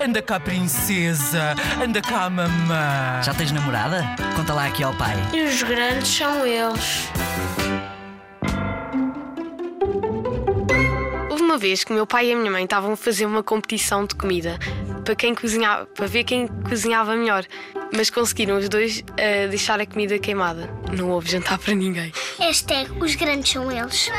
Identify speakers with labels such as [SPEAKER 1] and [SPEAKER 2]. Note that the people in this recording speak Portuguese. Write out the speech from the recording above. [SPEAKER 1] Anda cá, princesa. Anda cá, mamã.
[SPEAKER 2] Já tens namorada? Conta lá aqui ao pai.
[SPEAKER 3] E os grandes são eles.
[SPEAKER 4] Houve uma vez que o meu pai e a minha mãe estavam a fazer uma competição de comida para quem cozinhava, para ver quem cozinhava melhor, mas conseguiram os dois eh, deixar a comida queimada. Não houve jantar para ninguém.
[SPEAKER 3] Hashtag os grandes são eles.